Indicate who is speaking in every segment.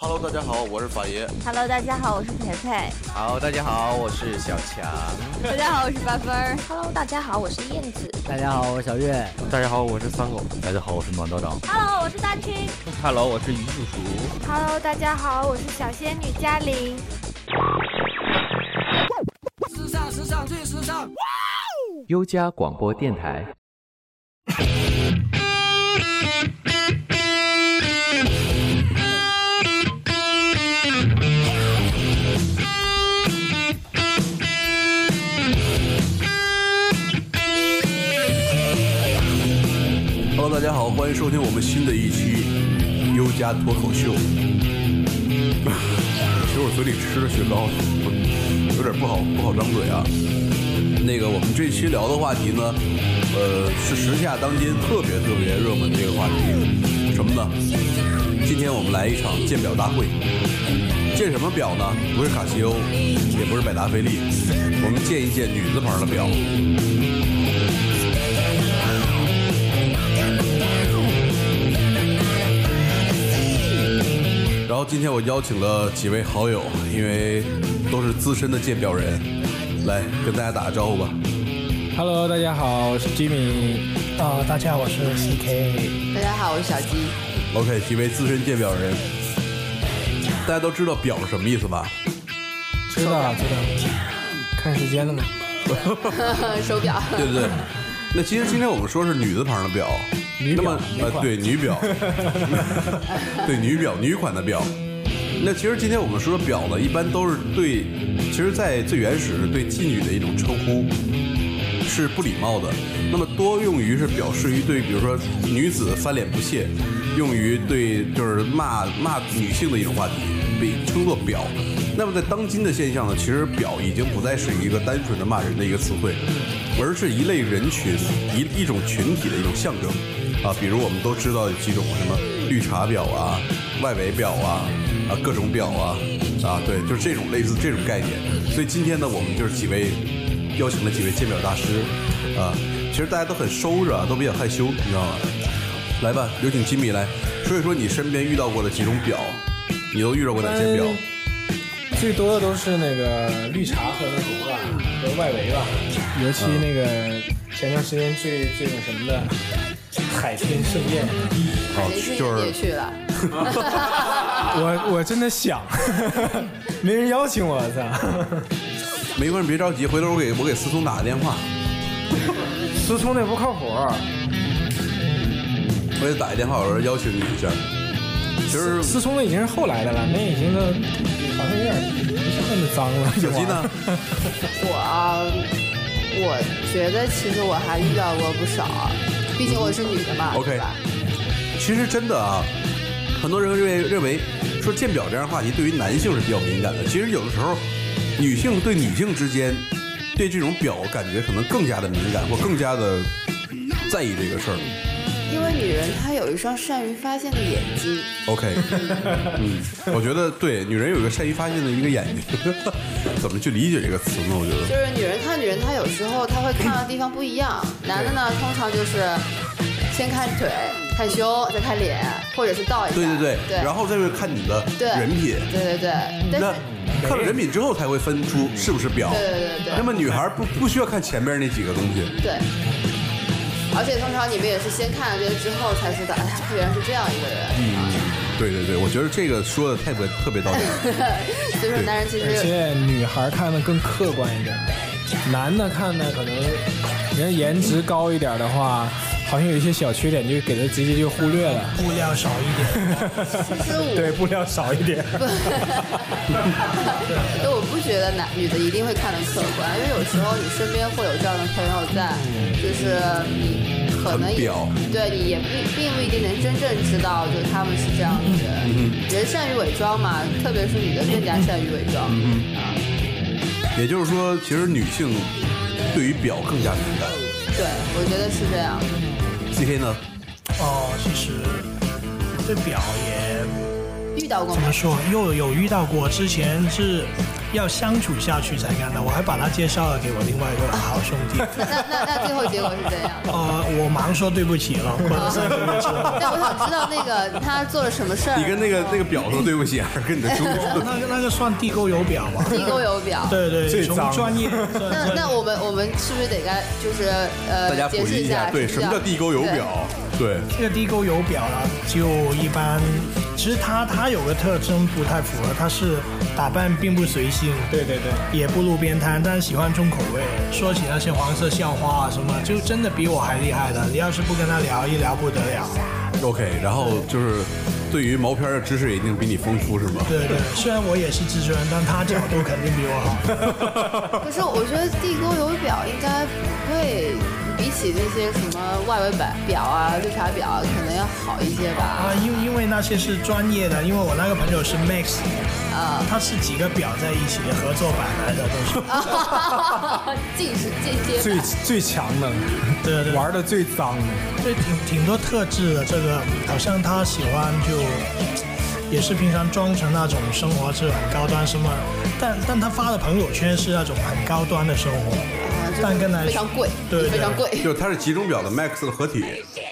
Speaker 1: Hello，大家好，我是法爷。
Speaker 2: Hello，大家好，我是培培。
Speaker 3: 好，大家好，我是小强。
Speaker 2: 大家好，我是八分儿。
Speaker 4: Hello，大家好，我是燕子。
Speaker 5: 大家好，我是小月。
Speaker 6: 大家好，我是三狗。
Speaker 7: 大家好，我是暖道长。
Speaker 2: Hello，我是大青。
Speaker 3: Hello，我是于叔叔。
Speaker 8: Hello，大家好，我是小仙女嘉玲。
Speaker 9: 时尚，时尚最时尚。
Speaker 10: 优家广播电台。
Speaker 1: Hello，大家好，欢迎收听我们新的一期优家脱口秀。 其实我嘴里吃着雪糕，有点不好不好张嘴啊。那个，我们这期聊的话题呢，呃，是时下当今特别特别热门的一个话题，什么呢？今天我们来一场鉴表大会。鉴什么表呢？不是卡西欧，也不是百达翡丽，我们鉴一鉴女字旁的表。然后今天我邀请了几位好友，因为都是资深的鉴表人，来跟大家打个招呼吧。
Speaker 11: Hello，大家好，我是 Jimmy。
Speaker 12: 啊、大家好，我是 CK。
Speaker 13: 大家好，我是小鸡。
Speaker 1: OK，几位资深鉴表人，大家都知道“表”是什么意思吧？
Speaker 11: 知道，知道。看时间的嘛。
Speaker 13: 手表。
Speaker 1: 对 对对。那其实今天我们说是女字旁的表，
Speaker 11: 女
Speaker 1: 那么
Speaker 11: 表女
Speaker 1: 呃
Speaker 11: 款
Speaker 1: 对女 表，对女表女款的表。那其实今天我们说的表呢，一般都是对，其实，在最原始对妓女的一种称呼是不礼貌的。那么多用于是表示于对，比如说女子翻脸不屑，用于对就是骂骂女性的一种话题，被称作表。那么在当今的现象呢，其实表已经不再是一个单纯的骂人的一个词汇，而是一类人群一一种群体的一种象征啊。比如我们都知道有几种什么绿茶婊啊、外围婊啊、啊各种婊啊啊，对，就是这种类似这种概念。所以今天呢，我们就是几位邀请了几位鉴表大师啊，其实大家都很收着啊，都比较害羞，你知道吗？来吧，有请吉米来说一说你身边遇到过的几种表，你都遇到过哪些表？
Speaker 13: 嗯
Speaker 11: 最多的都是那个绿茶和那什么吧，和外围吧，嗯尤其那个前段时间最最那什么的海天盛宴，
Speaker 1: 好
Speaker 13: 谁
Speaker 1: 就
Speaker 13: 也
Speaker 1: 是
Speaker 13: 去 了。
Speaker 11: 我我真的 想，没人邀请我，我操！
Speaker 1: 没关系，别着急，回头我给我给思聪打个电话，
Speaker 11: 思聪那不靠谱，
Speaker 1: 我给他打个电话，我说邀请你一下。其实
Speaker 11: 思聪那已经是后来的了，那已经都好像有点不是那么脏了。
Speaker 1: 小鸡呢？
Speaker 13: 我啊我觉得其实我还遇到过不少，啊毕竟我是女的嘛，
Speaker 1: 嗯 OK
Speaker 13: 对吧？
Speaker 1: 其实真的啊，很多人认为认为说鉴表这样的话题对于男性是比较敏感的，其实有的时候女性对女性之间对这种表感觉可能更加的敏感或更加的在意这个事儿。
Speaker 13: 因为女人她有一双善于发现的眼睛，
Speaker 1: OK，嗯，我觉得对女人有一个善于发现的一个眼睛， 怎么去理解这个词呢？我觉
Speaker 13: 就
Speaker 1: 得
Speaker 13: 是女人看女人，她有时候她会看到地方不一样。男的呢，通常就是先看腿、看胸，再看脸，或者是倒一下。
Speaker 1: 对对对，
Speaker 13: 对，
Speaker 1: 然后再会看你的
Speaker 13: 对
Speaker 1: 人品，
Speaker 13: 对对对，但是
Speaker 1: 那看了人品之后才会分出是不是表。
Speaker 13: 对对对对
Speaker 1: 那么女孩不不需要看前面那几个东西。
Speaker 13: 对。而且通常你们也是先看了这个之后才知道，哎呀，她原来是这样一个人。
Speaker 1: 嗯，对对对，我觉得这个说的太不特别到点儿了。
Speaker 13: 所以说男人其
Speaker 11: 而
Speaker 13: 实
Speaker 11: 且女孩看的更客观一点，男的看呢可能人颜值高一点的话，好像有一些小缺点就给他直接就忽略了，
Speaker 12: 布料少一点，
Speaker 13: 其实我
Speaker 11: 对，布料少一点。
Speaker 13: 所以我不觉得男女的一定会看得客观，因为有时候你身边会有这样的朋友在，就是你可能
Speaker 1: 很
Speaker 13: 也
Speaker 1: 表
Speaker 13: 对你也并并不一定能真正知道，就他们是这样的人。人善于伪装嘛，特别是女的更加善于伪装。啊，
Speaker 1: 也就是说，其实女性对于表更加敏感。
Speaker 13: 对，我觉得是这样。
Speaker 1: C K 呢？
Speaker 12: 哦，其实我对表也
Speaker 13: 遇到过
Speaker 12: 怎
Speaker 13: 吗
Speaker 12: 么？说，又有遇到过。之前是要相处下去才干的。我还把他介绍了给我另外一个好兄弟。
Speaker 13: 那那那最后结果是怎样？
Speaker 12: 呃，我忙说对不起了，或者是对不起了。
Speaker 13: 但我想知道那个他做了什么事儿。
Speaker 1: 你跟那个那个表说对不起，还是跟你的兄 弟说？
Speaker 12: 那个那个算地沟油表吧？
Speaker 13: 地沟油表。
Speaker 12: 对对，
Speaker 11: 最
Speaker 12: 从
Speaker 11: 脏
Speaker 12: 专业。算
Speaker 13: 那那我们我们是不是得该就是
Speaker 1: 大家
Speaker 13: 呃解
Speaker 1: 普
Speaker 13: 释
Speaker 1: 及一下，对，什么叫地沟油？表？对，
Speaker 12: 这个地沟油表啦，就一般。其实它它有个特征不太符合，它是打扮并不随性，
Speaker 11: 对对对，
Speaker 12: 也不路边摊，但是喜欢重口味。说起那些黄色笑话啊什么，就真的比我还厉害的。你要是不跟他聊，一聊不得了。
Speaker 1: OK，然后就是对于毛片儿的知识也一定比你丰富，是吗？
Speaker 12: 对对，虽然我也是制作人，但他角度肯定比 我
Speaker 13: 对
Speaker 12: 好。
Speaker 13: 可是我觉得地沟油表应该不会比起那些什么外围版表啊、绿茶表啊，可能要好一些吧。
Speaker 12: 啊，因因为那些是专业的，因为我那个朋友是 Max，
Speaker 13: 啊，
Speaker 12: 他是几个表在一起合作版来的，都是。
Speaker 13: 近视间接
Speaker 11: 最最强的，
Speaker 12: 对对，
Speaker 11: 玩的最脏的，
Speaker 12: 对挺挺多特质的。这个嗯好像他喜欢就，也是平常装成那种生活是很高端什么，但但他发的朋友圈是那种很高端的生活。
Speaker 13: 啊就是
Speaker 12: 但跟来
Speaker 13: 非常贵，
Speaker 12: 对对
Speaker 13: 非常贵。
Speaker 1: 就是它是几种表的 Max 的合体，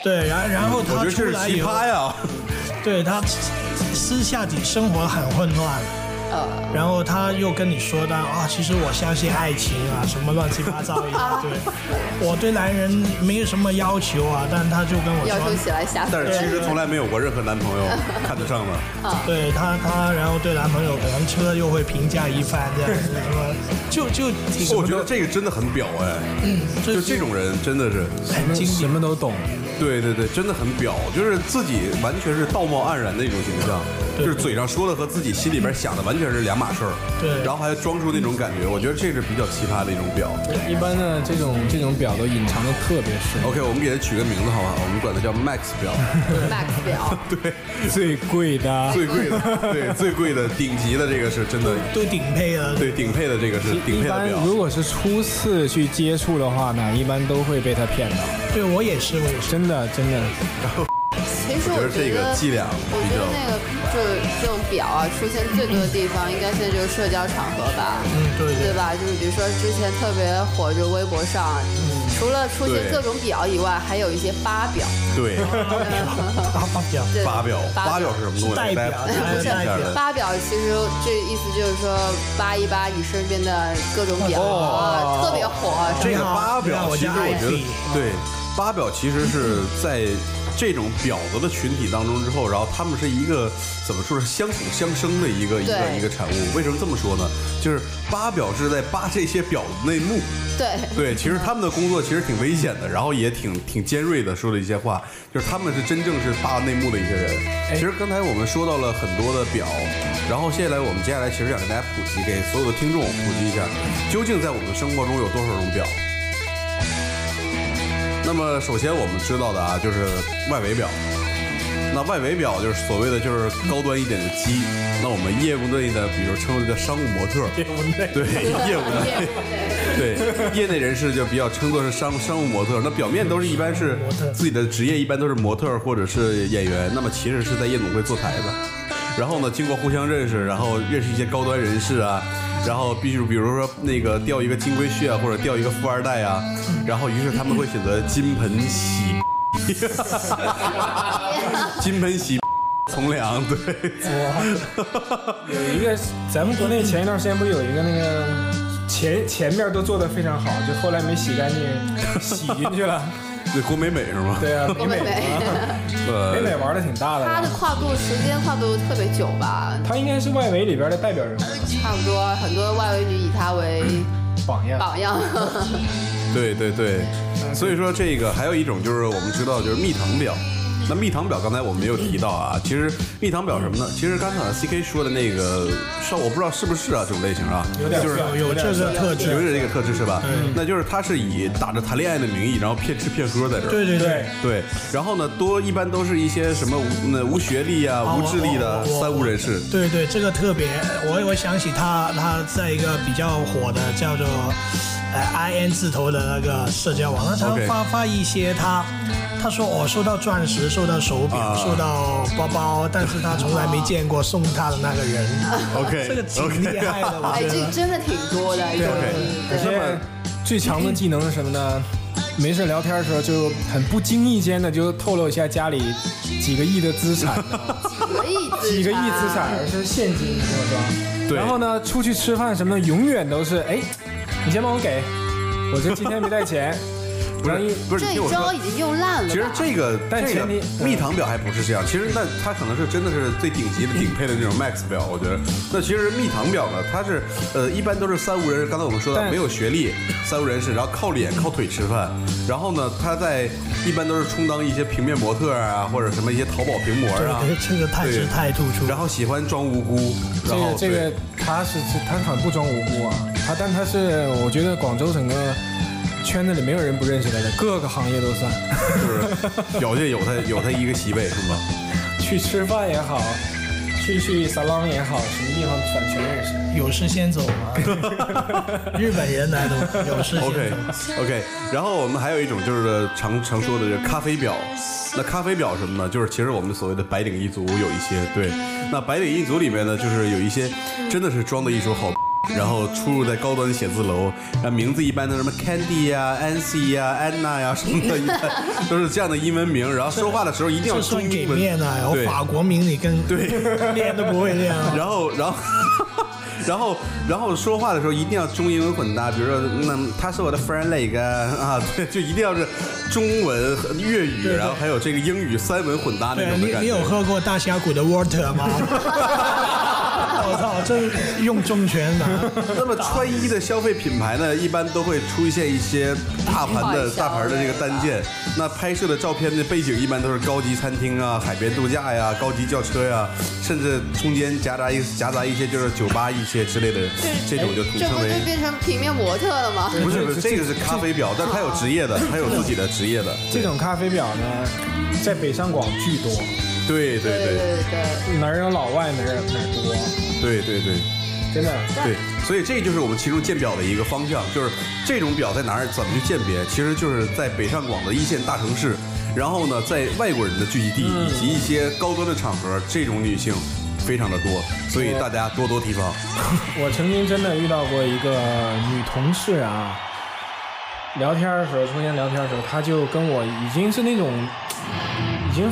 Speaker 12: 对，然然后
Speaker 1: 我觉
Speaker 12: 他
Speaker 1: 得
Speaker 12: 出
Speaker 1: 这是
Speaker 12: 来
Speaker 1: 奇
Speaker 12: 以后，
Speaker 1: 葩呀！
Speaker 12: 对他私下里生活很混乱，
Speaker 13: 呃，
Speaker 12: 然后他又跟你说到啊，其实我相信爱情啊，什么乱七八糟一大堆。我对男人没有什么要求啊，但他就跟我
Speaker 13: 要求起
Speaker 12: 说，
Speaker 13: 来吓死
Speaker 1: 但
Speaker 13: 人。
Speaker 1: 是其实从来没有过任何男朋友看得上的。
Speaker 12: 对他他，然后对男朋友可能车又会评价一番这样子，什么就就挺
Speaker 1: 我觉得这个真的很表哎，就这种人真的是，
Speaker 12: 很经
Speaker 11: 什
Speaker 12: 典。
Speaker 11: 么都懂。
Speaker 1: 对对对，真的很表，就是自己完全是道貌岸然的一种形象，就是嘴上说的和自己心里边想的完全是两码事儿。
Speaker 12: 对
Speaker 1: 然后还装出那种感觉，我觉得这是比较奇葩的一种 表。
Speaker 11: 一般呢，这种这种表都隐藏的特别深，
Speaker 12: 哦
Speaker 1: OK，我们给它取个名字好不好？我们管它叫 Max 表，
Speaker 13: Max 表，
Speaker 1: 对，
Speaker 11: 最贵的。
Speaker 1: 最贵的，对，最贵的顶级的这个是真的，
Speaker 12: 都顶配了，
Speaker 1: 对，顶配的这个是顶
Speaker 11: 一
Speaker 1: 配的
Speaker 11: 般
Speaker 1: 表。
Speaker 11: 如果是初次去接触的话呢，一般都会被他骗到，
Speaker 12: 对我也是，我也是。
Speaker 11: 真的真的。
Speaker 13: 其实
Speaker 1: 我
Speaker 13: 我
Speaker 1: 觉得这
Speaker 13: 觉
Speaker 1: 个
Speaker 13: 得
Speaker 1: 伎俩
Speaker 13: 我
Speaker 1: 比
Speaker 13: 觉得
Speaker 1: 较。
Speaker 13: 那个就是这种表啊，出现最多的地方应该现在就是社交场合吧，
Speaker 12: 嗯，对
Speaker 13: 对
Speaker 12: 对。
Speaker 13: 吧？就是比如说之前特别火，就微博上，除了出现
Speaker 1: 对
Speaker 13: 各种表以外，还有一些发表，
Speaker 1: 对，
Speaker 12: 八八表，
Speaker 13: 对
Speaker 1: 发表，发表是什么东西？
Speaker 12: 代表
Speaker 1: 大家普及一下
Speaker 12: 代表
Speaker 1: 来。
Speaker 13: 发表其实这意思就是说扒一扒你身边的各种表
Speaker 1: 哦
Speaker 13: 啊，特别火。
Speaker 1: 这个
Speaker 12: 对啊
Speaker 1: 八
Speaker 12: 对啊
Speaker 1: 表
Speaker 12: 我
Speaker 1: 其实
Speaker 12: 家
Speaker 1: 我
Speaker 12: IP
Speaker 1: 觉得，对，八表其实是在这种婊子的群体当中之后，然后他们是一个怎么说是相辅相生的一个一个
Speaker 13: 对
Speaker 1: 一个产物。为什么这么说呢？就是八表是在扒这些婊子内幕。
Speaker 13: 对，
Speaker 1: 对，其实他们的工作其实挺危险的，然后也挺挺尖锐的，说了一些话，就是他们是真正是大内幕的一些人。其实刚才我们说到了很多的表，然后接下来我们接下来其实想跟大家普及，给所有的听众普及一下，究竟在我们生活中有多少种表。那么首先我们知道的啊，就是外围表。那外围表就是所谓的就是高端一点的鸡，那我们业务内的，比如称为的商务模特，业务内对业务内，对业内人士就比较称作是商商务模特。那表面都是一般是自己的职业，一般都是模特或者是演员，那么其实是在夜总会坐台的。然后呢，经过互相认识，然后认识一些高端人士啊，然后必须比如说那个钓一个金龟婿啊，或者钓一个富二代啊，然后于是他们会选择金盆洗， 金盆洗 从良，对，
Speaker 11: 有一个，咱们国内前一段时间不是有一个那个前前面都做的非常好，就后来没洗干净，洗进去了。
Speaker 1: 对，郭美美是吗？
Speaker 11: 对啊，北
Speaker 13: 郭美
Speaker 11: 美
Speaker 13: 美，
Speaker 11: 北美
Speaker 1: 呃，
Speaker 11: 玩的挺大的
Speaker 13: 她的
Speaker 11: 吧，
Speaker 13: 跨度时间跨度特别久吧，
Speaker 11: 他应该是外围里边的代表人物，
Speaker 13: 差不多很多外围女以她为
Speaker 11: 榜样。
Speaker 13: 榜样。
Speaker 1: 对对对，所以说这个还有一种就是我们知道就是蜜糖表。那蜜糖表刚才我们没有提到啊，其实蜜糖表什么呢？其实刚才 C K 说的那个少，我不知道是不是啊这种类型啊，
Speaker 11: 有点
Speaker 1: 就是
Speaker 11: 像
Speaker 12: 有这个特质
Speaker 1: 有，点这个特质是吧？那就是他是以打着谈恋爱的名义，然后骗吃骗喝在这儿。
Speaker 12: 对对对
Speaker 11: 对。
Speaker 1: 对然后呢，多一般都是一些什么无那无学历啊、无智力的
Speaker 12: 我我
Speaker 1: 三无人士。
Speaker 12: 哦对对，这个特别，呃我我想起他他在一个比较火的叫做呃 I N 字头的那个社交网，那他
Speaker 1: OK
Speaker 12: 发发一些他他说我收到钻石，收到手表，
Speaker 1: 啊
Speaker 12: 收到包包，但是他从来没见过送他的那个人。
Speaker 1: OK，
Speaker 12: 这个挺厉害的，我
Speaker 13: 哎，
Speaker 12: 觉
Speaker 13: 这
Speaker 12: 得。
Speaker 13: 真的挺多的，一种
Speaker 1: OK
Speaker 11: 而
Speaker 13: 对，
Speaker 11: 且最强的技能是什么呢？没事聊天的时候就很不经意间的就透露一下家里几个亿的资产，
Speaker 13: 可以自
Speaker 11: 几个亿
Speaker 13: 残
Speaker 11: 资产是现金，是吧？
Speaker 1: 对
Speaker 11: 然后呢，出去吃饭什么的，永远都是哎，你先帮我给，我这今天没 带钱，
Speaker 1: 不是不是，
Speaker 13: 这
Speaker 1: 你听
Speaker 13: 一
Speaker 1: 我
Speaker 13: 招
Speaker 1: 说。
Speaker 13: 已经用烂了吧。
Speaker 1: 其实这个
Speaker 11: 但
Speaker 1: 这个
Speaker 11: 前提嗯
Speaker 1: 蜜糖表还不是这样，其实那它可能是真的是最顶 级的顶配的那种 Max 表，我觉得。那其实蜜糖表呢，它是呃一般都是三无人，刚才我们说到
Speaker 11: 但
Speaker 1: 没有学历，三无人士，然后靠脸靠腿吃饭，然后呢，他在一般都是充当一些平面模特啊，或者什么一些淘宝平模啊，
Speaker 12: 对，哎这个太
Speaker 1: 对
Speaker 12: 是太突出。
Speaker 1: 然后喜欢装无辜，
Speaker 11: 这
Speaker 1: 然
Speaker 11: 个
Speaker 1: 后
Speaker 11: 这个
Speaker 1: 对
Speaker 11: 他是是他很不装无辜啊，他但他是我觉得广州整个圈子里没有人不认识他的，各个行业都算。
Speaker 1: 就是表现有他有他一个席位是吗？
Speaker 11: 去吃饭也好，去去撒浪也好，什么地方反全认识。
Speaker 12: 有事先走 嘛，日本人来的，有事先
Speaker 1: OK
Speaker 12: 走。
Speaker 1: OK，然后我们还有一种就是常常说的这个咖啡表，那咖啡表什么呢？就是其实我们所谓的白领一族有一些对，那白领一族里面呢，就是有一些真的是装的一手好， 然后出入在高端写字楼，那名字一般的什么 Candy 呀、Ancy 呀、Anna 呀什么的，一般都是这样的英文名，然后说话的时候一定要
Speaker 12: 这
Speaker 1: 中
Speaker 12: 算给
Speaker 1: 英文，
Speaker 12: 面啊！
Speaker 1: 对
Speaker 12: 我法国名你跟
Speaker 1: 对。
Speaker 12: 练都不会练啊。
Speaker 1: 然后，然后， 然后，然后说话的时候一定要中英文混搭，比如说，那他是我的 friend 磊哥啊， 对，就一定要是中文、和粤语，然后还有这个英语三文混搭那
Speaker 12: 对
Speaker 1: 种的
Speaker 12: 你，
Speaker 1: 感
Speaker 12: 你
Speaker 1: 觉
Speaker 12: 有。喝过大峡谷的 water 吗？ 我操，这用重拳拿，
Speaker 1: 那么穿衣的消费品牌呢，一般都会出现一些大盘的
Speaker 13: 营销
Speaker 1: 大牌的这个单件。那拍摄的照片的背景一般都是高级餐厅啊、海边度假呀、高级轿车呀，甚至中间夹杂一夹杂一些就是酒吧一些之类的，这种就统
Speaker 13: 这
Speaker 1: 称
Speaker 13: 不
Speaker 1: 为
Speaker 13: 就变成平面模特了吗？
Speaker 1: 不是不是，这个是咖啡表，但是它有职业的，它有自己的职业的。
Speaker 11: 这种咖啡表呢，在北上广巨多，
Speaker 1: 对对
Speaker 13: 对
Speaker 1: 对
Speaker 13: 对对，
Speaker 11: 哪儿有老外哪儿哪儿多，
Speaker 1: 对对对
Speaker 11: 真的。
Speaker 1: 对，所以这就是我们其中鉴表的一个方向，就是这种表在哪儿怎么去鉴别，其实就是在北上广的一线大城市，然后呢，在外国人的聚集地以及一些高端的场合，这种女性非常的多，所以大家多多提防。
Speaker 11: 我曾经真的遇到过一个女同事啊，聊天的时候，中间聊天的时候，她就跟我已经是那种，已经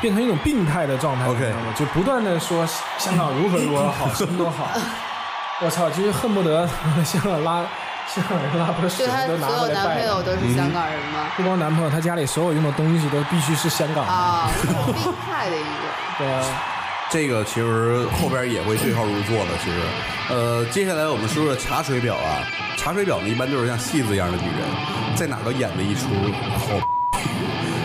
Speaker 11: 变成一种病态的状态了
Speaker 1: OK
Speaker 11: 你知道吗就不断的说香港如何如何好，什么都好，我操，就是恨不得 香港拉香港人拉不屎
Speaker 13: 所以她
Speaker 11: 都拿
Speaker 13: 所
Speaker 11: 过
Speaker 13: 有
Speaker 11: 来
Speaker 13: 男
Speaker 11: 拜
Speaker 13: 朋。友都是香港人吗？
Speaker 11: 不光男朋友，她家里所有用的东西都必须是香港的，
Speaker 13: 啊，病态的一个，
Speaker 11: 对啊。
Speaker 1: 这个其实后边也会对号入座的。其实，呃，接下来我们说说茶水婊啊，茶水婊呢一般都是像戏子一样的女人，在哪儿都演的一出好。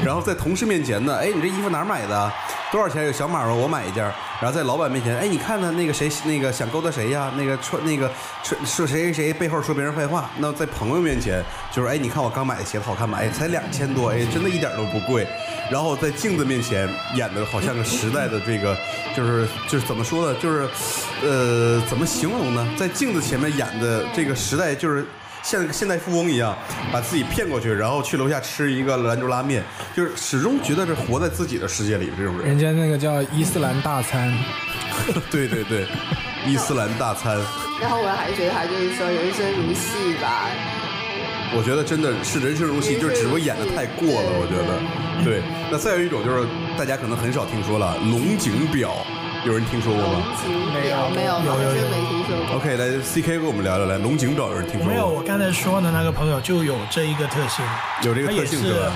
Speaker 1: 然后在同事面前呢，哎，你这衣服哪儿买的？多少钱？有小码吗？我买一件儿。然后在老板面前，哎，你看看那个谁，那个想勾搭谁呀？那个穿那个穿说谁谁谁背后说别人坏话。那在朋友面前，就是哎，你看我刚买的鞋子好看吗？哎，才两千多，哎，真的一点都不贵。然后在镜子面前演的好像个时代的这个，就是就是怎么说呢？就是，呃，怎么形容呢？在镜子前面演的这个时代就是。像个现代富翁一样，把自己骗过去，然后去楼下吃一个兰州拉面，就是始终觉得是活在自己的世界里的这种人
Speaker 11: 人。家那个叫伊斯兰大餐，
Speaker 1: 对对对， 伊斯兰大餐，
Speaker 13: 然后我还觉得她就是说人生如戏吧，
Speaker 1: 我觉得真的是人生如戏，就是只不过演的太过了，我觉得。对，那再有一种就是大家可能很少听说了，龙井表，有人听说过
Speaker 13: 龙
Speaker 1: 吗
Speaker 13: 井表没有，好像真没听说过。
Speaker 1: ？OK，来 CK 给我们聊聊来，龙井表有人听说
Speaker 12: 没有，
Speaker 1: 过
Speaker 12: 我刚才说的那个朋友就有这一个特性，
Speaker 1: 有这个
Speaker 12: 他
Speaker 1: 特
Speaker 12: 也
Speaker 1: 性
Speaker 12: 是
Speaker 1: 是吧？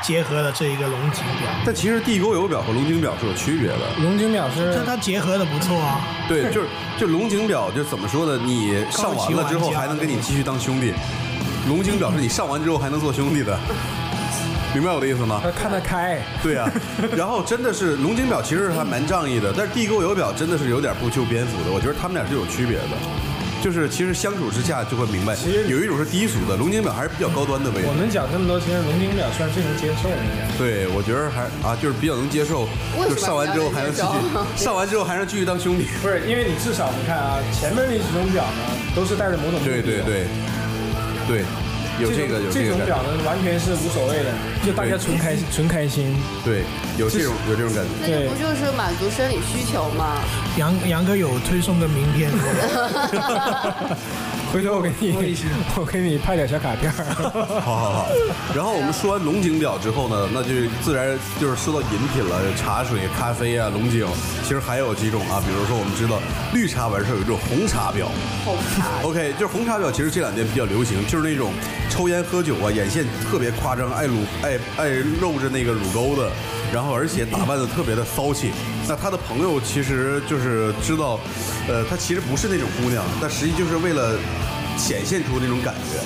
Speaker 12: 结合了这一个龙井表，
Speaker 1: 但其实地沟油表和龙井表是有区别的。
Speaker 11: 龙井表是
Speaker 12: 但他结合的不错啊。
Speaker 1: 对，就是就龙井表，就怎么说呢？你上完了之后还能跟你继续当兄弟。龙井表是你上完之后还能做兄弟的，明白我的意思吗？
Speaker 11: 他看得开，
Speaker 1: 对啊，然后真的是龙井表其实还蛮仗义的，但是地沟油表真的是有点不修边幅的，我觉得他们俩是有区别的。就是其实相处之下就会明白，有一种是低俗的，龙井表还是比较高端的位置
Speaker 11: 我。们讲这么多，其实龙井表算最能接受的一个。
Speaker 1: 对，我觉得还啊，就是比较能接受，
Speaker 13: 为什么
Speaker 1: 就是上完之后还能继
Speaker 13: 比较能接
Speaker 1: 续，上完之后还能继续当兄弟。
Speaker 11: 不是，因为你至少你看啊，前面那几种表呢，都是带着某种目
Speaker 1: 对
Speaker 11: 的的
Speaker 1: 对对，对，有这个有
Speaker 11: 这
Speaker 1: 这个
Speaker 11: 种
Speaker 1: 感
Speaker 11: 表
Speaker 1: 觉，
Speaker 11: 的完全是无所谓的，就大家
Speaker 1: 对
Speaker 11: 纯开心纯开心。
Speaker 1: 对，有这种有这种感觉。
Speaker 13: 那这不就是满足生理需求吗？
Speaker 12: 杨杨哥有推送的名片过来，
Speaker 11: 回头我给你，我给你拍点小卡片 儿。
Speaker 1: 好好好，然后我们说完龙井表之后呢，那就自然就是说到饮品了，有茶水、咖啡啊，龙井，其实还有几种啊，比如说我们知道绿茶完事儿有一种红茶表
Speaker 13: 后茶
Speaker 1: ，OK，就是红茶表其实这两年比较流行，就是那种抽烟喝酒啊，眼线特别夸张，爱乳爱爱露着那个乳沟的，然后而且打扮的特别的骚气。那他的朋友其实就是知道，呃，她其实不是那种姑娘，但实际就是为了显现出那种感觉。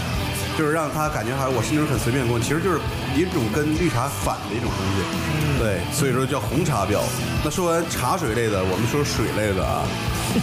Speaker 1: 就是让他感觉好像我是那种很随便的逛，其实就是一种跟绿茶反的一种东西，对，所以说叫红茶婊。那说完茶水类的，我们说水类的啊，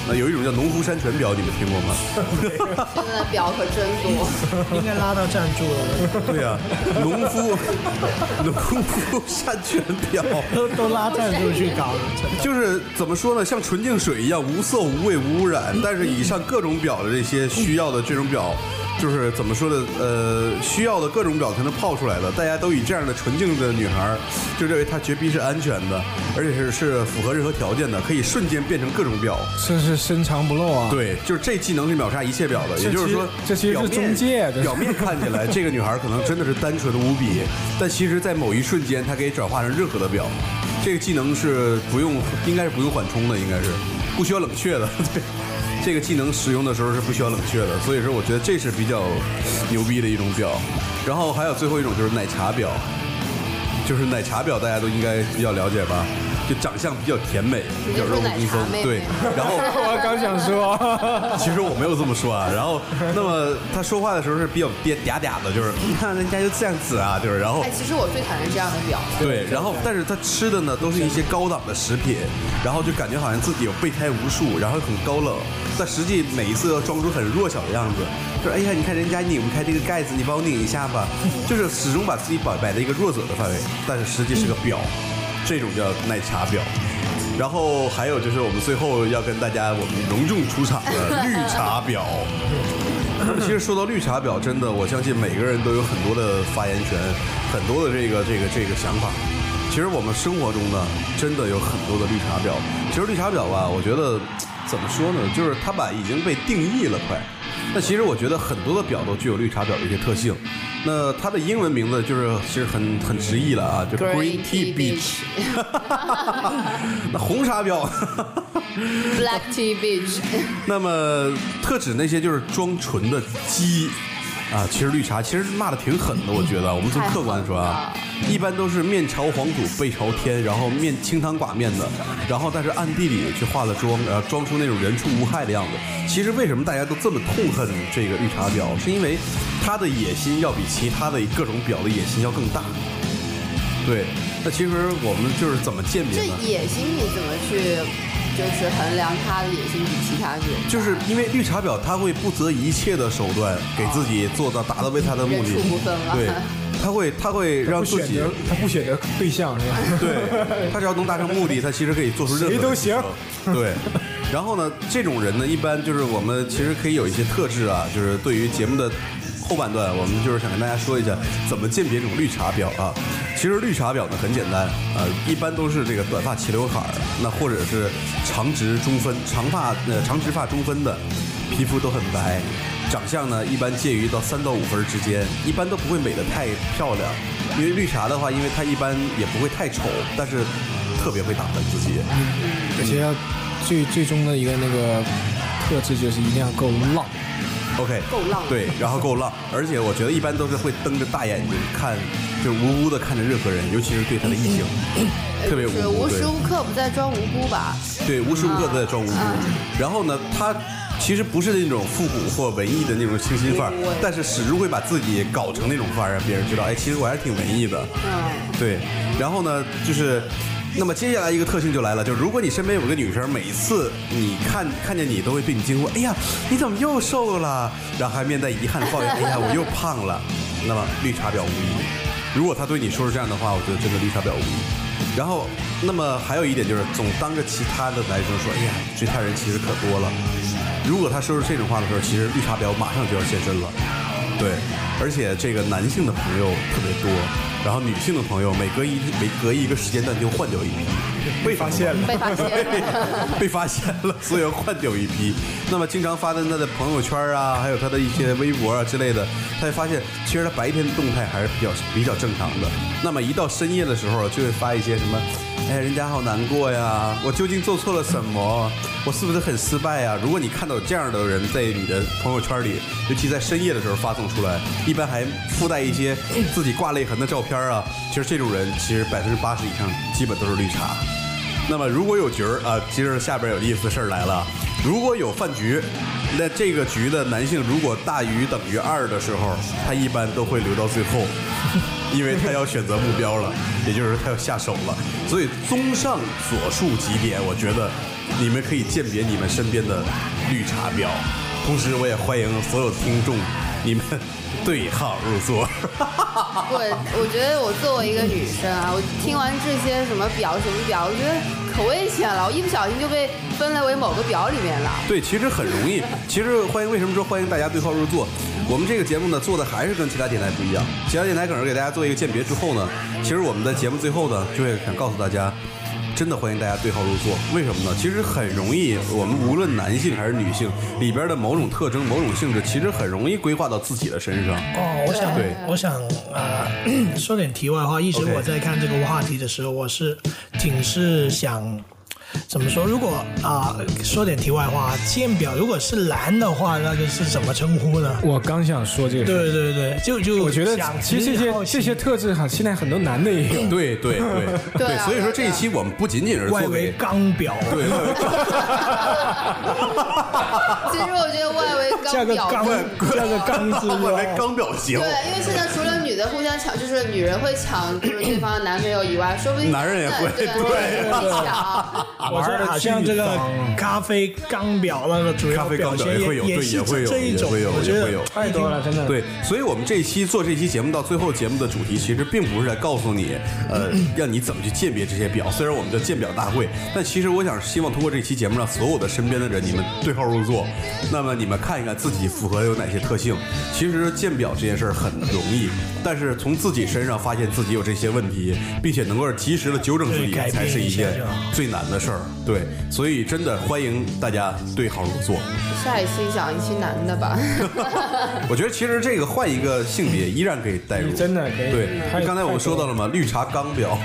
Speaker 1: 那有一种叫农夫山泉婊，你们听过吗？
Speaker 13: 现在的表可真多。
Speaker 12: 应该拉到赞助了，
Speaker 1: 对呀、农夫 农夫山泉婊，
Speaker 12: 都都拉赞助去搞了。
Speaker 1: 就是怎么说呢，像纯净水一样无色无味无污染。但是以上各种表的这些需要的这种表，就是怎么说呢？呃，需要的各种表才能泡出来的。大家都以这样的纯净的女孩儿，就认为她绝逼是安全的，而且是是符合任何条件的，可以瞬间变成各种表。
Speaker 11: 这是深藏不露啊。，
Speaker 1: 对，就是这技能是秒杀一切表的，也就是说，
Speaker 11: 这其实
Speaker 1: 表
Speaker 11: 这其实是
Speaker 1: 面
Speaker 11: 中介这是
Speaker 1: 表面看起来这个女孩可能真的是单纯无比，但其实，在某一瞬间，她可以转化成任何的表。这个技能是不用，应该是不用缓冲的，应该是不需要冷却的。对，这个技能使用的时候是不需要冷却的，所以说我觉得这是比较牛逼的一种表。然后还有最后一种就是奶茶表，就是奶茶表，大家都应该比较了解吧？就长相比较甜美，比较肉
Speaker 13: 你是奶
Speaker 1: 如
Speaker 13: 茶
Speaker 1: 风
Speaker 13: 妹，妹
Speaker 1: 对，然 后。
Speaker 11: 我刚想说，
Speaker 1: 其实我没有这么说 啊，然后那么他说话的时候是比较嗲嗲嗲的，就是你看人家就这样子啊，就是然后
Speaker 13: 哎，其实我最讨厌这样的表了。
Speaker 1: 对，然后但是他吃的呢都是一些高档的食品，然后就感觉好像自己有备胎无数，然后很高冷，但实际每一次要装出很弱小的样子，就是哎呀，你看人家拧不开这个盖子，你帮我拧一下吧， 就是始终把自己摆摆在一个弱者的范围，但是实际是个婊，这种叫奶茶婊。然后还有就是我们最后要跟大家我们隆重出场 的绿茶婊。那么其实说到绿茶婊，真的，我相信每个人都有很多的发言权，很多的这个这个这个想法。其实我们生活中呢，真的有很多的绿茶婊。其实绿茶婊吧，我觉得怎么说呢，就是它把已经被定义了快。那其实我觉得很多的婊都具有绿茶婊的一些特性。那它的英文名字就是其实很很直译了啊，就是 Green Tea Beach。那红茶婊。
Speaker 13: Black Tea Beach，
Speaker 1: 那么特指那些就是装纯的鸡啊，其实绿茶其实骂的挺狠的，我觉得我们从客观说啊，一般都是面朝黄土背朝天，然后面清汤寡面的，然后但是暗地里去化了妆，呃，装出那种人畜无害的样子。其实为什么大家都这么痛恨这个绿茶婊，是因为她的野心要比其他的各种婊的野心要更大。对，那其实我们就是怎么鉴别
Speaker 13: 这
Speaker 1: 呢？
Speaker 13: 野心你怎么去就是衡量他的野心比其他人？
Speaker 1: 就是因为绿茶婊，她会不择一切的手段给自己做到达到为她的目的
Speaker 13: 人畜无分啊了，
Speaker 1: 对，她会她会让
Speaker 11: 不
Speaker 1: 自
Speaker 11: 选
Speaker 1: 己
Speaker 11: 择他不选择对象是吧？
Speaker 1: 对，他只要能达成目的，他其实可以做出任何
Speaker 11: 谁都行
Speaker 1: 选择。 对，然后呢，这种人呢，一般就是我们其实可以有一些特质啊，就是对于节目的后半段，我们就是想跟大家说一下怎么鉴别这种绿茶婊啊。其实绿茶婊呢很简单，呃，一般都是这个短发齐刘海儿，那或者是长直中分、长发呃长直发中分的，皮肤都很白。长相呢，一般介于到三到五分之间，一般都不会美得太漂亮，因为绿茶的话，因为它一般也不会太丑，但是特别会打扮自己。
Speaker 11: 而且要最最终的一个那个特质就是一定要够浪。
Speaker 1: OK，
Speaker 13: 够浪
Speaker 1: 对，然后够浪，而且我觉得一般都是会瞪着大眼睛看，就无辜的看着任何人，尤其是对他的异性，特别
Speaker 13: 嗯就是
Speaker 1: 无
Speaker 13: 无
Speaker 1: 辜，对
Speaker 13: 时无刻不在装无啊辜吧？
Speaker 1: 对，无时无刻都在装无辜。然后呢，他其实不是那种复古或文艺的那种清新范
Speaker 13: 对
Speaker 1: 儿，但是始终会把自己搞成那种范儿，让别人知道，哎，其实我还是挺文艺的。
Speaker 13: 嗯，
Speaker 1: 对，然后呢，就是，那么接下来一个特性就来了，就如果你身边有个女生，每一次你看看见你都会对你惊呼，哎呀，你怎么又瘦了？然后还面带遗憾地抱怨，哎呀，我又胖了。那么绿茶婊无疑。如果她对你说出这样的话，我觉得真的绿茶婊无疑。然后，那么还有一点就是，总当着其他的男生说，哎呀，追她人其实可多了。如果她说出这种话的时候，其实绿茶婊马上就要现身了。对，而且这个男性的朋友特别多，然后女性的朋友每隔一每隔一个时间段就换掉一批，被发现了，
Speaker 13: 被发 现了
Speaker 1: 被发现了，所以要换掉一批。那么经常发在他的朋友圈啊，还有他的一些微博啊之类的，他会发现其实他白天的动态还是比较比较正常的。那么一到深夜的时候，就会发一些什么。哎，人家好难过呀！我究竟做错了什么？我是不是很失败呀？如果你看到有这样的人在你的朋友圈里，尤其在深夜的时候发送出来，一般还附带一些自己挂泪痕的照片啊，其实这种人其实百分之八十以上基本都是绿茶。那么如果有局儿啊，接着下边有意思的事儿来了。如果有饭局，那这个局的男性如果大于等于二的时候，他一般都会留到最后，因为他要选择目标了， 也就是他要下手了。所以综上所述几点，我觉得你们可以鉴别你们身边的绿茶婊。同时，我也欢迎所有听众，你们 对号入座。
Speaker 13: 我我觉得我作为一个女生啊，我听完这些什么表什么表，我觉得可危险了，我一不小心就被分类为某个表里面了。
Speaker 1: 对，其实很容易。其实欢迎，为什么说欢迎大家对号入座？我们这个节目呢，做的还是跟其他电台不一样。其他电台可能给大家做一个鉴别之后呢，其实我们在节目最后呢，就会想告诉大家，真的欢迎大家对号入座。为什么呢？其实很容易，我们无论男性还是女性，里边的某种特征、某种性质，其实很容易规划到自己的身上。
Speaker 12: 哦，我想
Speaker 1: 对，
Speaker 12: 我想啊、呃说点题外话。一直
Speaker 1: OK
Speaker 12: 我在看这个话题的时候，我是挺是想。怎么说？如果啊、说点题外话，鉴表如果是男的话，那个是怎么称呼呢？
Speaker 11: 我刚想说这个事儿，
Speaker 12: 对对对，就就
Speaker 11: 我觉得
Speaker 12: 想
Speaker 11: 其实这
Speaker 12: 好
Speaker 11: 些
Speaker 12: 奇
Speaker 11: 这些特质哈，现在很多男的也有。
Speaker 1: 对对对
Speaker 13: 对啊
Speaker 1: 所以说这一期我们不仅仅是
Speaker 12: 外
Speaker 1: 做
Speaker 12: 围
Speaker 1: 给
Speaker 12: 刚表，
Speaker 1: 对外围
Speaker 13: 其实我觉得外围
Speaker 12: 加
Speaker 13: 刚
Speaker 12: 个
Speaker 13: 表
Speaker 12: 刚加个刚字
Speaker 1: 外围
Speaker 12: 吧
Speaker 1: 刚表情
Speaker 13: 对，，因为现在除了女的互相抢，就是女人会抢，就是对方的男朋友以外，说不定
Speaker 1: 男人也会
Speaker 13: 对啊吧
Speaker 1: 对啊
Speaker 13: 男人也会抢。
Speaker 12: 我说好像这个咖啡钢表那个主要
Speaker 1: 咖啡钢表
Speaker 12: 现
Speaker 1: 也会有
Speaker 12: 也
Speaker 1: 对
Speaker 12: 是
Speaker 1: 也会有
Speaker 12: 这一种，
Speaker 1: 也会有
Speaker 12: 我觉
Speaker 1: 也
Speaker 12: 得
Speaker 1: 会有
Speaker 11: 太多了，真的。
Speaker 1: 对，所以我们这一期做这期节目到最后，节目的主题其实并不是在告诉你，呃，让你怎么去鉴别这些表。虽然我们叫鉴表大会，但其实我想希望通过这期节目，让所有的身边的人你们对号入座，那么你们看一看自己符合有哪些特性。其实鉴表这件事儿很容易，但是从自己身上发现自己有这些问题，并且能够及时的纠正自己
Speaker 12: 对，改变
Speaker 1: 才是一
Speaker 12: 一下
Speaker 1: 件
Speaker 12: 就好
Speaker 1: 最难的事儿。对，所以真的欢迎大家对号入座。
Speaker 13: 下一期讲一期男的吧。
Speaker 1: 我觉得其实这个换一个性别依然可以代入，
Speaker 11: 真的可以
Speaker 1: 对
Speaker 11: 太，
Speaker 1: 刚才我们说到了嘛，绿茶钢 表，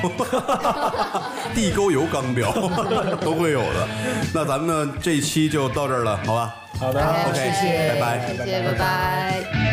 Speaker 1: 地沟油钢表 都会有的。那咱们呢这一期就到这儿了，好吧？
Speaker 11: 好的，
Speaker 1: OK，
Speaker 13: 谢谢
Speaker 1: 拜拜
Speaker 13: 谢谢，拜拜。